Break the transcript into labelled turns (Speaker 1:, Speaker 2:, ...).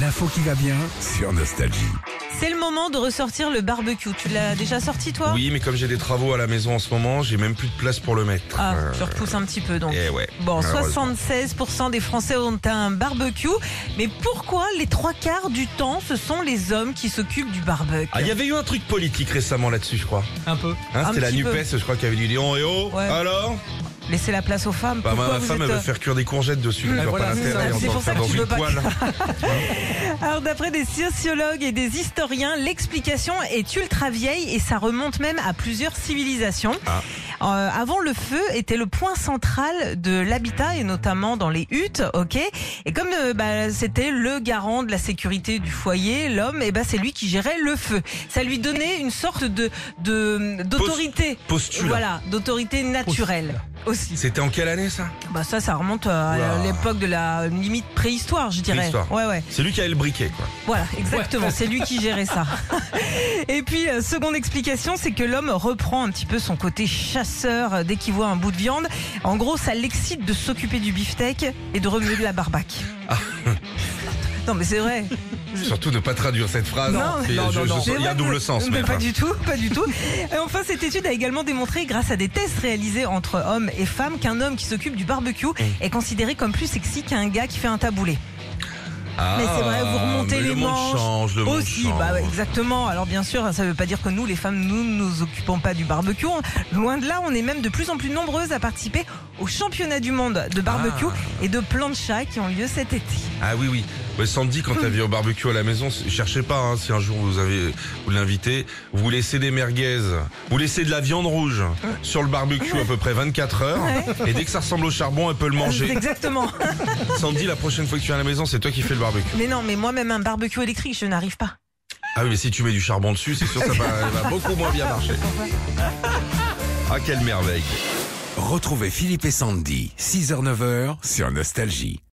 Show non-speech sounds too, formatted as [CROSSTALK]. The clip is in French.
Speaker 1: L'info qui va bien sur Nostalgie.
Speaker 2: C'est le moment de ressortir le barbecue. Tu l'as déjà sorti toi
Speaker 3: Oui, mais comme j'ai des travaux à la maison en ce moment, j'ai même plus de place pour le mettre.
Speaker 2: Ah,
Speaker 3: Euh,
Speaker 2: tu repousses un petit peu donc.
Speaker 3: eh ouais.
Speaker 2: Bon,
Speaker 3: malheureusement.
Speaker 2: 76% des Français ont un barbecue, mais pourquoi les trois quarts du temps ce sont les hommes qui s'occupent du barbecue
Speaker 3: Ah, il y avait eu un truc politique récemment là-dessus, je crois.
Speaker 4: Un peu.
Speaker 3: Hein,
Speaker 2: Un
Speaker 3: C'était la
Speaker 2: petit peu.
Speaker 3: NUPES, je crois, qui avait dit Léon et oh,
Speaker 2: Ouais.
Speaker 3: alors
Speaker 2: Laissez la place aux femmes.
Speaker 3: bah, ma-
Speaker 2: Pourquoi
Speaker 3: Ma
Speaker 2: vous
Speaker 3: femme,
Speaker 2: êtes,
Speaker 3: elle veut
Speaker 2: euh,
Speaker 3: faire cuire des courgettes dessus.
Speaker 2: Mmh,
Speaker 3: je vois
Speaker 4: voilà,
Speaker 3: pas
Speaker 4: c'est
Speaker 3: l'intérêt,
Speaker 4: ça,
Speaker 3: on
Speaker 2: c'est
Speaker 3: va
Speaker 2: pour ça
Speaker 3: faire
Speaker 2: que tu
Speaker 3: dans
Speaker 2: veux
Speaker 3: une
Speaker 2: pas
Speaker 3: poêle.
Speaker 2: Alors d'après des sociologues et des historiens, l'explication est ultra vieille et ça remonte même à plusieurs civilisations.
Speaker 3: Ah.
Speaker 2: Euh, avant le feu était le point central de l'habitat et notamment dans les huttes, ok. Et comme euh, bah, c'était le garant de la sécurité du foyer, l'homme, et ben c'est lui qui gérait le feu. Ça lui donnait une sorte de de- d'autorité,
Speaker 3: Postulat.
Speaker 2: voilà, d'autorité naturelle aussi.
Speaker 3: C'était en quelle année ça
Speaker 2: Bah ça, ça remonte à
Speaker 3: Oula.
Speaker 2: l'époque de la limite préhistoire, je dirais.
Speaker 3: Préhistoire.
Speaker 2: Ouais, ouais.
Speaker 3: C'est lui qui avait le briquet, quoi.
Speaker 2: Voilà, exactement. C'est lui qui
Speaker 3: [LAUGHS]
Speaker 2: gérait ça. Et puis, euh, seconde explication, c'est que l'homme reprend un petit peu son côté chasseur euh, dès qu'il voit un bout de viande. En gros, ça l'excite de s'occuper du beefsteak et de remuer de la barbaque.
Speaker 3: Ah.
Speaker 2: [LAUGHS] Non, mais c'est vrai.
Speaker 3: Surtout ne pas traduire cette phrase. Et Ah je- je sens-
Speaker 2: C'est
Speaker 3: Il y a
Speaker 2: vrai,
Speaker 3: un double sens,
Speaker 2: Mais
Speaker 3: même.
Speaker 2: pas
Speaker 3: hein.
Speaker 2: du tout, pas du tout. Et enfin, cette étude a également démontré, grâce à des tests réalisés entre hommes et femmes, qu'un homme qui s'occupe du barbecue est considéré comme plus sexy qu'un gars qui fait un taboulé. Mais c'est vrai, vous remontez
Speaker 3: Ah, mais
Speaker 2: les
Speaker 3: le monde
Speaker 2: manches.
Speaker 3: change, le monde
Speaker 2: Aussi,
Speaker 3: change.
Speaker 2: bah ouais, exactement. Alors bien sûr, ça ne veut pas dire que nous, les femmes, nous ne nous occupons pas du barbecue. Loin de là, on est même de plus en plus nombreuses à participer au championnat du monde de barbecue et de plancha qui ont lieu cet été.
Speaker 3: Ah oui, oui. Ouais, Sandy, quand t'as vu au barbecue à la maison, c- cherchez pas, hein, si un jour vous avez vous l'invitez, vous laissez des merguez, vous laissez de la viande rouge sur le barbecue à peu près 24 heures, et dès que ça ressemble au charbon, elle peut le manger.
Speaker 2: [LAUGHS] Exactement.
Speaker 3: Sandy, la prochaine fois que tu viens à la maison, c'est toi qui fais le barbecue.
Speaker 2: Mais non, mais moi-même, un barbecue électrique, je n'arrive pas.
Speaker 3: Ah oui, mais si tu mets du charbon dessus, c'est sûr que ça va, elle va beaucoup moins bien marcher. Ah, quelle merveille
Speaker 1: Retrouvez Philippe et Sandy, 6h-9h sur Nostalgie.